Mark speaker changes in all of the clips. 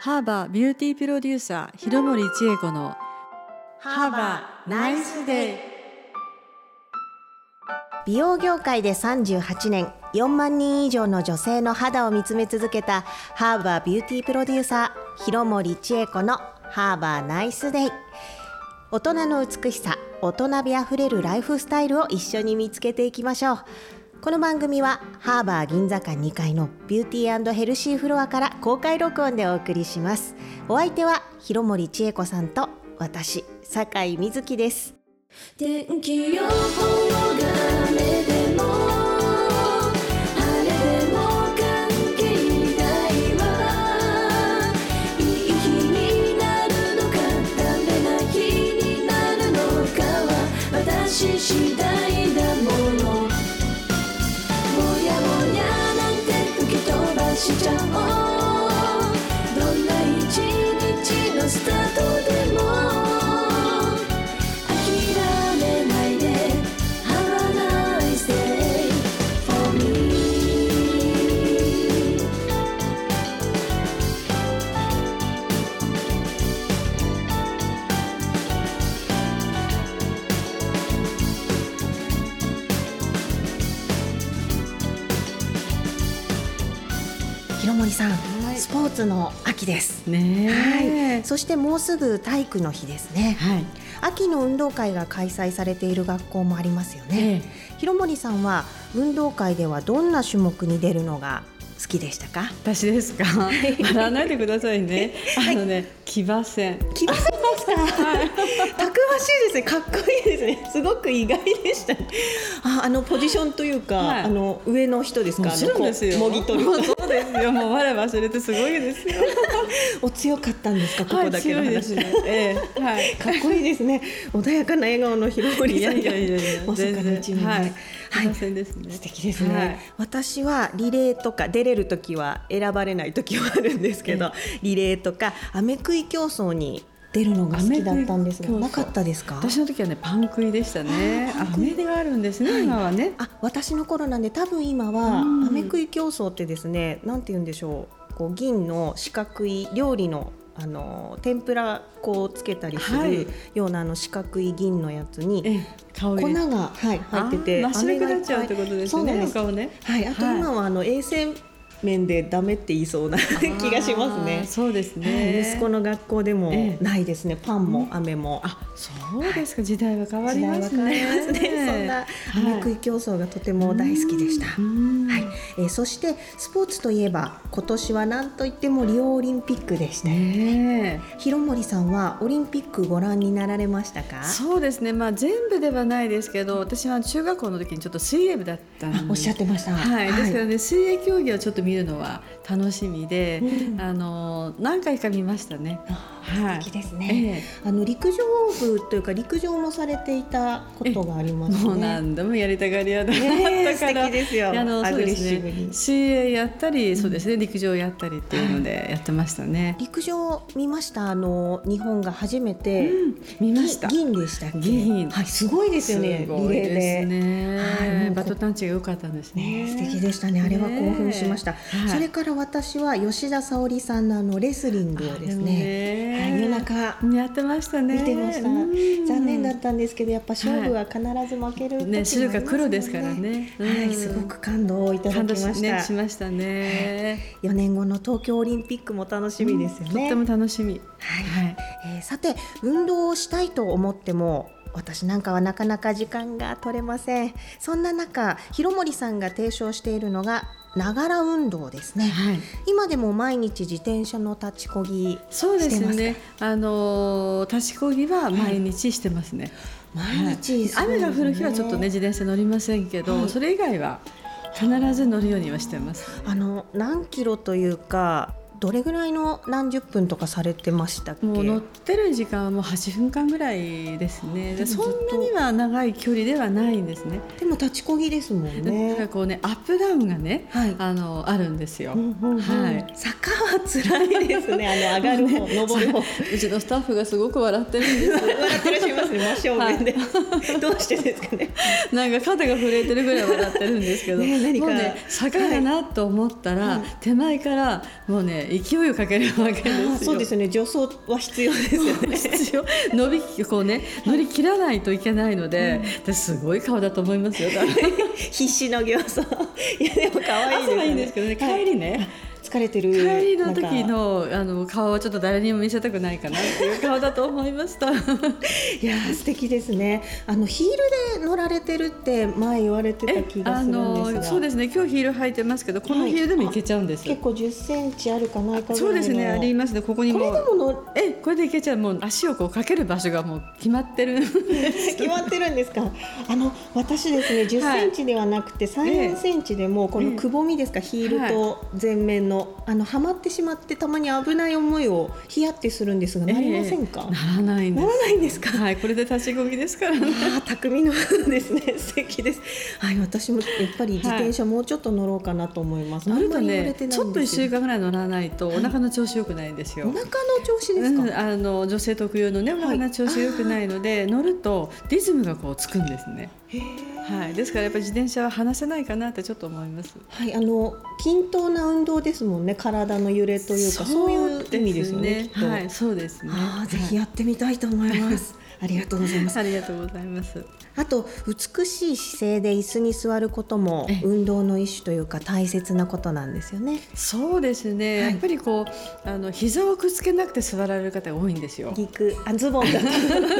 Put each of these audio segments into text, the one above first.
Speaker 1: ハーバービューティープロデューサー広森千恵子のハーバーナイスデイ
Speaker 2: 美容業界で38年4万人以上の女性の肌を見つめ続けたハーバービューティープロデューサー広森千恵子のハーバーナイスデイ大人の美しさ大人びあふれるライフスタイルを一緒に見つけていきましょうこの番組はハーバー銀座間2階のビューティーヘルシーフロアから公開録音でお送りしますお相手は広森千恵子さんと私酒井瑞希です
Speaker 3: 天気予報が雨でも晴れでも関係ないわいい日になるのかダメな日になるのかは私次第だものもやもやなんて吹き飛ばしちゃおうどんな一日のスタートでも諦めないで Have a nice day for me
Speaker 2: 広森さん、スポーツの秋です。は
Speaker 1: ね
Speaker 2: い、そしてもうすぐ体育の日ですね。
Speaker 1: はい、はい
Speaker 2: 秋の運動会が開催されている学校もありますよね。広森さんは運動会ではどんな種目に出るのが好きでしたか？
Speaker 1: 私ですか笑わないでください ねあのね騎馬戦
Speaker 2: 気ませんで した。たくましいですね。かっこいいですね。すごく意外でした。あ、あのポジションというか、
Speaker 1: はい
Speaker 2: あの上の人ですか？
Speaker 1: もちろんですよ
Speaker 2: あのこうもぎ取る。
Speaker 1: もうそうですよもう我忘れてすごいですよ
Speaker 2: お強かったんですか？ここだけの
Speaker 1: はい強いで
Speaker 2: 話
Speaker 1: す。ねええはい
Speaker 2: かっこいいですね。穏やかな笑顔の広森さんが。
Speaker 1: いやいやいやいや
Speaker 2: まさかの一面で。
Speaker 1: 全然
Speaker 2: は
Speaker 1: はいい。
Speaker 2: は
Speaker 1: はいい、ですね。
Speaker 2: 素敵ですね、
Speaker 1: はい
Speaker 2: 私はリレーとか出れる時は選ばれない時はあるんですけど、リレーとかアメ食い競争に出るのが好きだったんですが
Speaker 1: アメ食い競争
Speaker 2: なかったですか
Speaker 1: 私の時はねパン食いでしたね
Speaker 2: あ。ーパ
Speaker 1: ア
Speaker 2: ン食い
Speaker 1: メリがあるんですね、今はね。
Speaker 2: あ私の頃なんで多分今はア
Speaker 1: うん
Speaker 2: メ食い競争ってですねなんて言うんでしょうこう銀の四角い料理のあの天ぷら粉をつけたりす
Speaker 1: はい
Speaker 2: るようなあの四角い銀のやつに、
Speaker 1: ええ、顔
Speaker 2: 粉
Speaker 1: 入れて
Speaker 2: が、はい、入ってて
Speaker 1: あー真っ白くなっちゃうってことですね。
Speaker 2: そうなんです
Speaker 1: お顔ね。
Speaker 2: はい、あと
Speaker 1: はい
Speaker 2: 今はあの衛生面でダメって言いそう な気がします
Speaker 1: あー
Speaker 2: ね。
Speaker 1: そうです
Speaker 2: はい、
Speaker 1: ね。
Speaker 2: 息子の学校でも
Speaker 1: ええ
Speaker 2: ないですね。パンも飴も。
Speaker 1: あ、そうですか。時代は変わります
Speaker 2: 時
Speaker 1: ね。
Speaker 2: 代は変わりますね。そんな飴食い競争がとても大好きでした。
Speaker 1: うん
Speaker 2: はい、えーそしてスポーツといえば今年は何といってもリオオリンピックでした。
Speaker 1: ねえ。
Speaker 2: 広森さんはオリンピックご覧になられましたか？
Speaker 1: そうですね。まあ全部ではないですけど、私は中学校の時にちょっと水泳部だったん
Speaker 2: あ
Speaker 1: で。
Speaker 2: おっしゃってました。
Speaker 1: はい、ですからね、水泳競技をちょっと見るのは楽しみで、
Speaker 2: うん
Speaker 1: あの何回か見ましたね。
Speaker 2: あ
Speaker 1: は
Speaker 2: 素
Speaker 1: い
Speaker 2: 敵です
Speaker 1: え
Speaker 2: ね。
Speaker 1: え
Speaker 2: あの陸上部というか陸上もされていたことがありますね。
Speaker 1: もう何度もやりたがり屋だった
Speaker 2: ねえ
Speaker 1: から、
Speaker 2: 素敵ですよ。
Speaker 1: あの
Speaker 2: ア
Speaker 1: そう
Speaker 2: グレ
Speaker 1: で
Speaker 2: ッシ
Speaker 1: す
Speaker 2: ブに
Speaker 1: ね。水泳やったり、そうですね、陸上やったりっていうのでやってましたね。
Speaker 2: 陸上見ました。あの日本が初めて、
Speaker 1: 見ました。
Speaker 2: 銀銀でしたっけ。
Speaker 1: 銀
Speaker 2: はい、すごいですよね。
Speaker 1: すごい
Speaker 2: リレ
Speaker 1: で
Speaker 2: ー
Speaker 1: す
Speaker 2: で。ね
Speaker 1: ね。
Speaker 2: はいもうこ
Speaker 1: バトンタッチが良かったんですね。
Speaker 2: え素敵でしたね。あれは
Speaker 1: ねえ
Speaker 2: 興奮しました。
Speaker 1: はい
Speaker 2: それから私は吉田沙保里さんのあのレスリングをです
Speaker 1: ね
Speaker 2: ね。はい、夜中
Speaker 1: やってましたね。
Speaker 2: 見てました。
Speaker 1: うん
Speaker 2: 残念だったんですけど、やっぱ勝負は必ず負ける時もありますもんね。
Speaker 1: ね、白か黒ですからね。
Speaker 2: は
Speaker 1: う
Speaker 2: い、
Speaker 1: ん
Speaker 2: すごく感動をいただき
Speaker 1: 感
Speaker 2: ま
Speaker 1: 動し
Speaker 2: した。
Speaker 1: ね、しましたね。
Speaker 2: 4年後の東京オリンピックも楽しみですよ
Speaker 1: と
Speaker 2: ね。
Speaker 1: っても楽しみ。
Speaker 2: はい
Speaker 1: はい。
Speaker 2: えーさて運動をしたいと思っても私なんかはなかなか時間が取れませんそんな中広森さんが提唱しているのがながら運動ですね
Speaker 1: はい。
Speaker 2: 今でも毎日自転車の立ちこぎ
Speaker 1: そうです
Speaker 2: してます
Speaker 1: ね。あのー立ちこぎは毎日してますね。
Speaker 2: 毎日すごいで
Speaker 1: 雨
Speaker 2: す
Speaker 1: が降
Speaker 2: ね
Speaker 1: る日はちょっとね自転車乗りませんけど、
Speaker 2: はい
Speaker 1: それ以外は必ず乗るようにはしてます。
Speaker 2: あの何キロというかどれぐらいの何十分とかされてましたっけ
Speaker 1: もう乗ってる時間はもう8分間ぐらいですね。で
Speaker 2: でもずっ
Speaker 1: そ
Speaker 2: と
Speaker 1: んなには長い距離ではないんですね。
Speaker 2: でも立ちこぎですもん
Speaker 1: なんか
Speaker 2: ね
Speaker 1: こうねアップダウンがね、
Speaker 2: はい
Speaker 1: あのあるんですよ。
Speaker 2: うんうんうん
Speaker 1: はい
Speaker 2: 坂は辛いですねあの上がる方登る方
Speaker 1: うちのスタッフがすごく笑ってるん です。
Speaker 2: 笑ってらっしゃいますね真正面で、どうしてですかね
Speaker 1: なんか肩が震えてるぐらい笑ってるんですけど、
Speaker 2: ねえ何か
Speaker 1: もうね坂だなと思ったら、
Speaker 2: はい
Speaker 1: 手前からもうね勢いをかけるわけですよ。
Speaker 2: そうですね助走は必要ですよね
Speaker 1: 必要伸びきこうね乗り切らないといけないので、ですごい顔だと思い ますよ。多分
Speaker 2: 必死の形相いやでも可愛い
Speaker 1: 朝はいいんですけどね帰りね、
Speaker 2: 疲れてる
Speaker 1: 帰りの時のあの顔はちょっと誰にも見せたくないかなっていう顔だと思いました。
Speaker 2: いやー素敵ですねあのヒールで乗られてるって前言われてた気が
Speaker 1: あ
Speaker 2: するんですが
Speaker 1: のそうですね今日ヒール履いてますけどこのヒールでもいけちゃうんです。
Speaker 2: 結構10センチあるかないかぐらいの
Speaker 1: そうですねありますねここに
Speaker 2: こ
Speaker 1: も
Speaker 2: れで
Speaker 1: う
Speaker 2: もの
Speaker 1: えこれでいけちゃうもう足をこうかける場所がもう決まってる
Speaker 2: 決まってるんですかあの私ですね10
Speaker 1: はい
Speaker 2: センチではなくて3、
Speaker 1: ええ
Speaker 2: 4センチでもうこのくぼみですか、ヒールと前面の、あのはまってしまってたまに危ない思いをヒヤってするんです がなりませんか、
Speaker 1: ええならないんで
Speaker 2: ならないんですか
Speaker 1: す はいこれで立ち込みですからね
Speaker 2: ああ、匠のですね、 素敵です。はい、私もやっぱり自転車もうちょっと乗ろうかなと思います。
Speaker 1: 乗ると
Speaker 2: あんまり乗れ
Speaker 1: ね
Speaker 2: てない
Speaker 1: ちょっ
Speaker 2: ん
Speaker 1: と
Speaker 2: で
Speaker 1: 1
Speaker 2: すよ
Speaker 1: 週間ぐらい乗らないとお腹の調子良くないんですよ、
Speaker 2: お腹の調子で
Speaker 1: う
Speaker 2: すか。
Speaker 1: ん、あの女性特有のねお腹の調子良くないので、乗るとリズムがこうつくんですね
Speaker 2: へー
Speaker 1: はいですからやっぱり自転車は離せないかなってちょっと思います
Speaker 2: はい、あの均等な運動ですもんね。体の揺れというか、そういう意味ですよね。きっと
Speaker 1: はいそうですね
Speaker 2: ああ、ぜひ
Speaker 1: は
Speaker 2: やってみたいと思います。 ありがとうござい
Speaker 1: い
Speaker 2: ます。
Speaker 1: ありがとうございます
Speaker 2: あと美しい姿勢で椅子に座ることも
Speaker 1: ええ
Speaker 2: 運動の一種というか大切なことなんですよね。
Speaker 1: そうですね、
Speaker 2: はい
Speaker 1: やっぱりこうあの膝をくっつけなくて座られる方が多いんですよ。
Speaker 2: 肉あズ ボンだとズ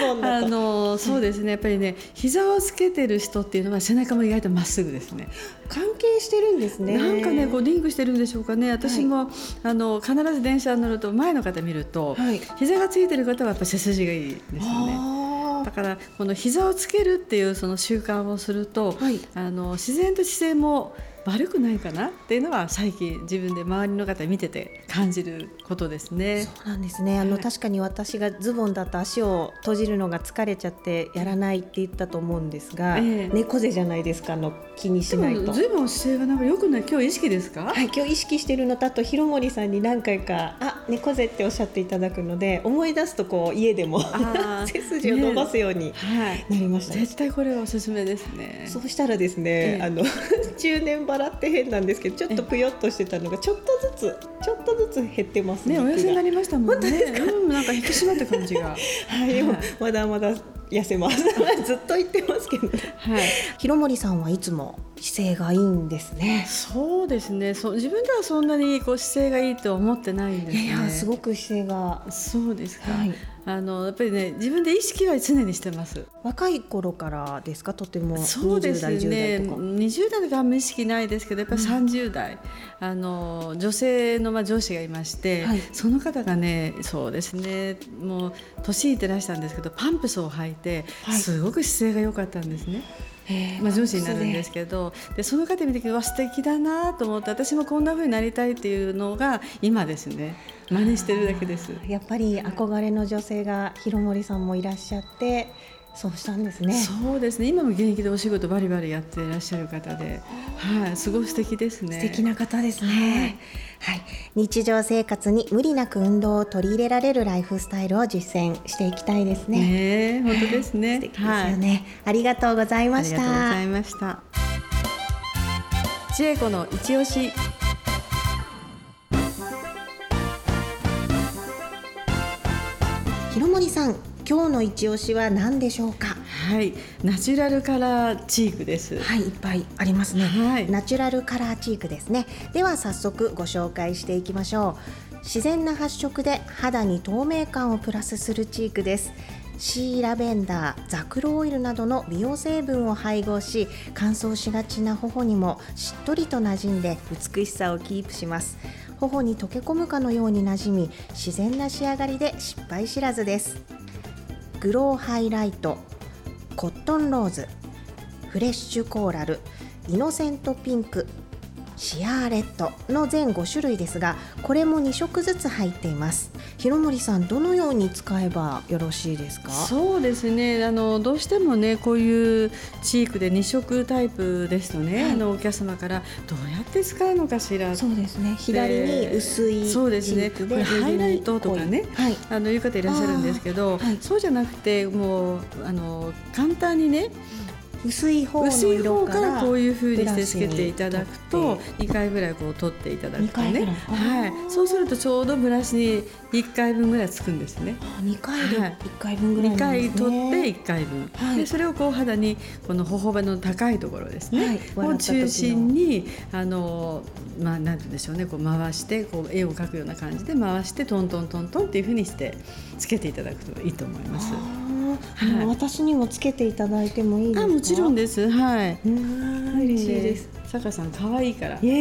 Speaker 2: ボンだ
Speaker 1: あ
Speaker 2: と
Speaker 1: のそうですねやっぱりね膝をつけてる人っていうのは背中も意外とまっすぐですね
Speaker 2: 関係してるんですね。
Speaker 1: なんかねこうリンクしてるんでしょうかね私も、あの必ず電車に乗ると前の方見ると、
Speaker 2: はい
Speaker 1: 膝がついてる方はやっぱ背筋がいいですよね
Speaker 2: あ
Speaker 1: だからこの膝をつけるっていうその習慣をすると、
Speaker 2: ーはい。
Speaker 1: あの自然と姿勢も悪くないかなっていうのは最近自分で周りの方見てて感じることですね
Speaker 2: そ。うなんですねあの、
Speaker 1: はい
Speaker 2: 確かに私がズボンだと足を閉じるのが疲れちゃってやらないって言ったと思うんですが、
Speaker 1: ええ
Speaker 2: 猫背じゃないですかあの気にし
Speaker 1: で
Speaker 2: ない
Speaker 1: も
Speaker 2: と。
Speaker 1: ずいぶん姿勢がなんか良くない今日意識ですか？
Speaker 2: はい、今日意識してるのとあと広森さんに何回か「あ猫背」っておっしゃっていただくので思い出すとこう家でも
Speaker 1: あー
Speaker 2: 背筋を伸ばすように
Speaker 1: はい。
Speaker 2: なりましたね、
Speaker 1: 絶対これはおすすめですね。
Speaker 2: そうしたらですね、
Speaker 1: ええ
Speaker 2: あの 中年バラって変なんですけどちょっとぷよっとしてたのがちょっとずつちょっとずつ減ってます
Speaker 1: ねお痩
Speaker 2: 肉
Speaker 1: せ
Speaker 2: が
Speaker 1: になりましたもんね。うんなんか引き締まった感じが。
Speaker 2: はい、でも まだまだ痩せます。 ずっと言ってますけど、ね。
Speaker 1: はい。
Speaker 2: 広森さんはいつも姿勢がいいんですね。
Speaker 1: そうですね。そう自分ではそんなにこう姿勢がいいとは思ってないんですね。
Speaker 2: いや、すごく姿勢が。
Speaker 1: そうですか。
Speaker 2: はい。
Speaker 1: あのやっぱりね自分で意識は常にしてます。
Speaker 2: 若い頃からですか、とても。
Speaker 1: そうですね
Speaker 2: 20代、10代とか。
Speaker 1: 20代とかあんまり意識ないですけどやっぱり30代、あの女性のまあ上司がいまして、
Speaker 2: はい
Speaker 1: その方がねそうですねもう年いってらしたんですけどパンプスを履いて
Speaker 2: はい
Speaker 1: すごく姿勢が良かったんですね、
Speaker 2: え
Speaker 1: まあ、上司になるんですけどでその方見てうわ素敵だなと思って私もこんな風になりたいっていうのが今ですね真似してるだけです。
Speaker 2: やっぱり憧れの女性が広森さんもいらっしゃって。そうしたんですね。
Speaker 1: そうですね今も現役でお仕事バリバリやっていらっしゃる方で、はい、すごい素敵ですね。
Speaker 2: 素敵な方ですね、はい日常生活に無理なく運動を取り入れられるライフスタイルを実践していきたいですね
Speaker 1: ねえ本当ですね。
Speaker 2: 素敵ですよね、ありがとうござい
Speaker 1: はい。あ
Speaker 2: ま
Speaker 1: り
Speaker 2: し
Speaker 1: がとうご
Speaker 2: た
Speaker 1: ざいました。ジエコの一押し。
Speaker 2: 広森さん今日の一押しは何でしょうか
Speaker 1: はい、ナチュラルカラーチークです。
Speaker 2: はいいっぱいありますね
Speaker 1: はい。
Speaker 2: ナチュラルカラーチークですねでは早速ご紹介していきましょう自然な発色で肌に透明感をプラスするチークですシーラベンダー、ザクロオイルなどの美容成分を配合し乾燥しがちな頬にもしっとりと馴染んで美しさをキープします頬に溶け込むかのように馴染み自然な仕上がりで失敗知らずですグローハイライトコットンローズフレッシュコーラルイノセントピンクシアーレッドの全5種類ですがこれも2色ずつ入っています広森さんどのように使えばよろしいですか
Speaker 1: そうですねあのどうしてもねこういうチークで2色タイプですとね、
Speaker 2: はい
Speaker 1: あのお客様からどうやって使うのかしらって
Speaker 2: そうですね左に薄い
Speaker 1: そうですね
Speaker 2: チークで
Speaker 1: これハイライトとかね
Speaker 2: 右に濃いはい
Speaker 1: あのいう方いらっしゃるんですけど、
Speaker 2: あーはい
Speaker 1: そうじゃなくてもうあの簡単にね
Speaker 2: 薄い方の
Speaker 1: 薄い
Speaker 2: 色
Speaker 1: 方
Speaker 2: か
Speaker 1: かららこういう風にしてつけていただくと
Speaker 2: ブラシに
Speaker 1: 2回ぐらいこう取っていただく
Speaker 2: 二
Speaker 1: と
Speaker 2: 回ぐらい
Speaker 1: ね、はい、そうするとちょうどブラシに1回分ぐらいつくんですね。
Speaker 2: あ二回で
Speaker 1: はい
Speaker 2: 一回分ぐらい
Speaker 1: 2
Speaker 2: なんです
Speaker 1: 回
Speaker 2: ね。
Speaker 1: 取って1回分、
Speaker 2: はい
Speaker 1: でそれをこう肌にこの頬骨の高いところです
Speaker 2: はい
Speaker 1: ね、
Speaker 2: 笑
Speaker 1: を
Speaker 2: った時の
Speaker 1: 中心にあのまあなんて言うんでしょうねこう回してこう絵を描くような感じで回してトントントントンっていう風にしてつけていただくといいと思います。
Speaker 2: あー
Speaker 1: はい
Speaker 2: 私にもつけていただいてもいいです
Speaker 1: あ
Speaker 2: か。
Speaker 1: もちろんですはい。
Speaker 2: うーん。
Speaker 1: 嬉しいです。坂さん可愛いから。
Speaker 2: イエ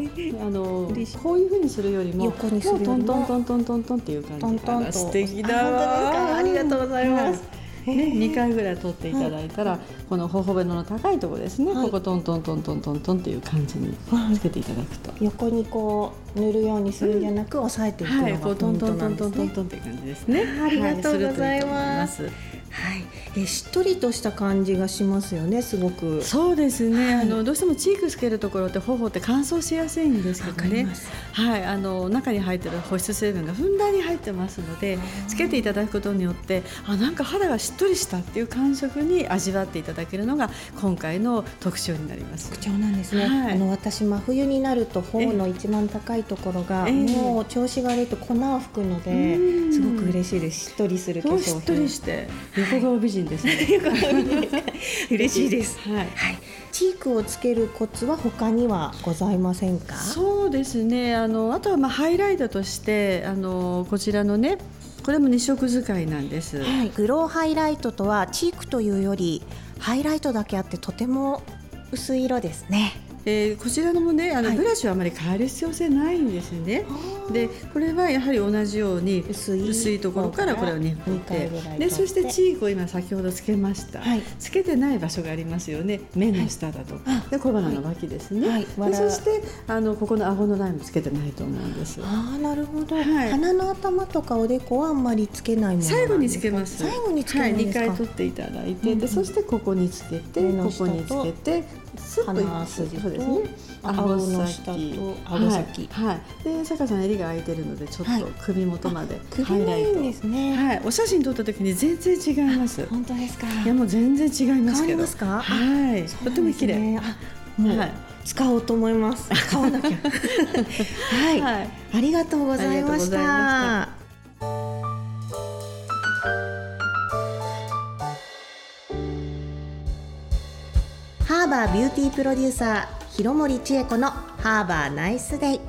Speaker 2: ーイ
Speaker 1: そうあの
Speaker 2: 嬉しい
Speaker 1: こういう風にするよりも、
Speaker 2: 横にするよりも
Speaker 1: もうトントントントントントンっていう感じ。
Speaker 2: トントンと
Speaker 1: あら素敵だ
Speaker 2: あ本当ですか
Speaker 1: わ。
Speaker 2: ありがとうございます
Speaker 1: はい。ね、二回ぐらい取っていただいたら、この頬骨の高いところですね。
Speaker 2: はい
Speaker 1: ここトントントントントントンっていう感じにつけていただくと。
Speaker 2: 横にこう塗るようにするんじゃなく、押さえていく
Speaker 1: はい、
Speaker 2: の
Speaker 1: こ
Speaker 2: が
Speaker 1: うト
Speaker 2: ポイ
Speaker 1: ン
Speaker 2: ン
Speaker 1: ト
Speaker 2: ト
Speaker 1: ントン
Speaker 2: なんで
Speaker 1: トン
Speaker 2: す
Speaker 1: トン
Speaker 2: ね。
Speaker 1: トンっていう感じですね。
Speaker 2: ありがとうございま
Speaker 1: はす
Speaker 2: す
Speaker 1: るといいと思います。
Speaker 2: はい、えしっとりとした感じがしますよね、すごく。
Speaker 1: そうですね、あのどうしてもチークつけるところって頬って乾燥しやすいんですけ
Speaker 2: わ
Speaker 1: ど
Speaker 2: かり
Speaker 1: ね
Speaker 2: ます。
Speaker 1: はい、あの中に入ってる保湿成分がふんだんに入ってますのでつけていただくことによってあなんか肌がしっとりしたっていう感触に味わっていただけるのが今回の特徴になります
Speaker 2: 特。徴なんですね、
Speaker 1: はい
Speaker 2: あの私真冬になると頬の一番高いところが
Speaker 1: ええ
Speaker 2: もう調子が悪いと粉を吹くので
Speaker 1: うん
Speaker 2: すごく嬉しいですしっとりする化
Speaker 1: そう
Speaker 2: 粧
Speaker 1: し
Speaker 2: 品
Speaker 1: っとりして 横顔美人ですね。
Speaker 2: 嬉しいです
Speaker 1: はい。
Speaker 2: はい、チークをつけるコツは他にはございませんか
Speaker 1: そうですねあのあとはまあハイライトとしてあのこちらのねこれも二色使いなんです。
Speaker 2: はい、グローハイライトとはチークというよりハイライトだけあってとても薄い色ですね
Speaker 1: えーこちらのもねあの、
Speaker 2: はい
Speaker 1: ブラシはあまり変える必要性ないんですね。でこれはやはり同じように
Speaker 2: 薄い
Speaker 1: 薄いところからこれをねこう
Speaker 2: 2
Speaker 1: やって
Speaker 2: 回ぐらい取って
Speaker 1: でそしてチークを今先ほどつけました、
Speaker 2: はい
Speaker 1: つけてない場所がありますよね目の下だとか、
Speaker 2: あ
Speaker 1: で小鼻の脇ですね、
Speaker 2: はい
Speaker 1: で
Speaker 2: 笑う
Speaker 1: そしてあのここの顎のラインもつけてないと思うんです。
Speaker 2: ああなるほど、
Speaker 1: はい
Speaker 2: 鼻の頭とかおでこはあんまりつけないものなんです
Speaker 1: 最
Speaker 2: か
Speaker 1: 後につけます。
Speaker 2: 最後につけるんですか、
Speaker 1: はい、二回取っていただいて、
Speaker 2: うんう
Speaker 1: で、
Speaker 2: ん
Speaker 1: そしてここにつけて、
Speaker 2: 目の
Speaker 1: こ
Speaker 2: 下
Speaker 1: ことにつけて。スッと
Speaker 2: 鼻筋と
Speaker 1: そうですね。
Speaker 2: 顎の下と顎先
Speaker 1: はい。はいで、坂さん襟が空いてるので、ちょっ
Speaker 2: はい
Speaker 1: と首元までハ
Speaker 2: 首
Speaker 1: イラ
Speaker 2: が
Speaker 1: イ
Speaker 2: いいんで
Speaker 1: ト。
Speaker 2: すね、
Speaker 1: はい、お写真撮った時に全然違います。い
Speaker 2: 本当ですか
Speaker 1: や、もう全然違います
Speaker 2: 変わ
Speaker 1: け
Speaker 2: り
Speaker 1: ど。
Speaker 2: ますか
Speaker 1: はい、
Speaker 2: そう
Speaker 1: と
Speaker 2: なん
Speaker 1: ても
Speaker 2: です
Speaker 1: 綺
Speaker 2: ね
Speaker 1: 麗。
Speaker 2: あもう、
Speaker 1: はい
Speaker 2: 使おうと思 います買わなきゃはい、
Speaker 1: はい
Speaker 2: ありがとうございま
Speaker 1: ありがとうご
Speaker 2: し
Speaker 1: ざい
Speaker 2: た
Speaker 1: ま
Speaker 2: ハーバービューティープロデューサー広森千恵子のハーバーナイスデイ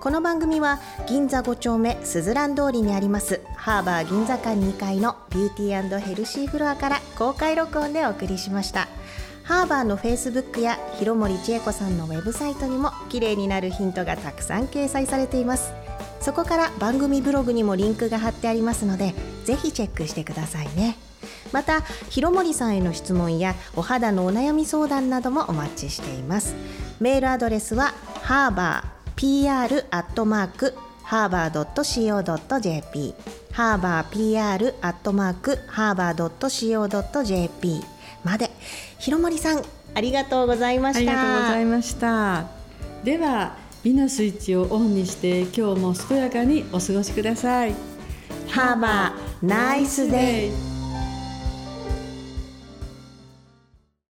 Speaker 2: この番組は銀座5丁目すずらん通りにありますハーバー銀座館2階のビューティーヘルシーフロアから公開録音でお送りしましたハーバーのフェイスブックや広森千恵子さんのウェブサイトにも綺麗になるヒントがたくさん掲載されていますそこから番組ブログにもリンクが貼ってありますのでぜひチェックしてくださいねまた広森さんへの質問やお肌のお悩み相談などもお待ちしていますメールアドレスはハーバー PR アットマークハーバー .co.jp ハーバー PR アットマークハーバー .co.jp まで広森さんありがとうございました
Speaker 1: ありがとうございました。では、美のスイッチをオンにして、今日も健やかにお過ごしください。
Speaker 2: ハーバーナイスデイ
Speaker 1: イ。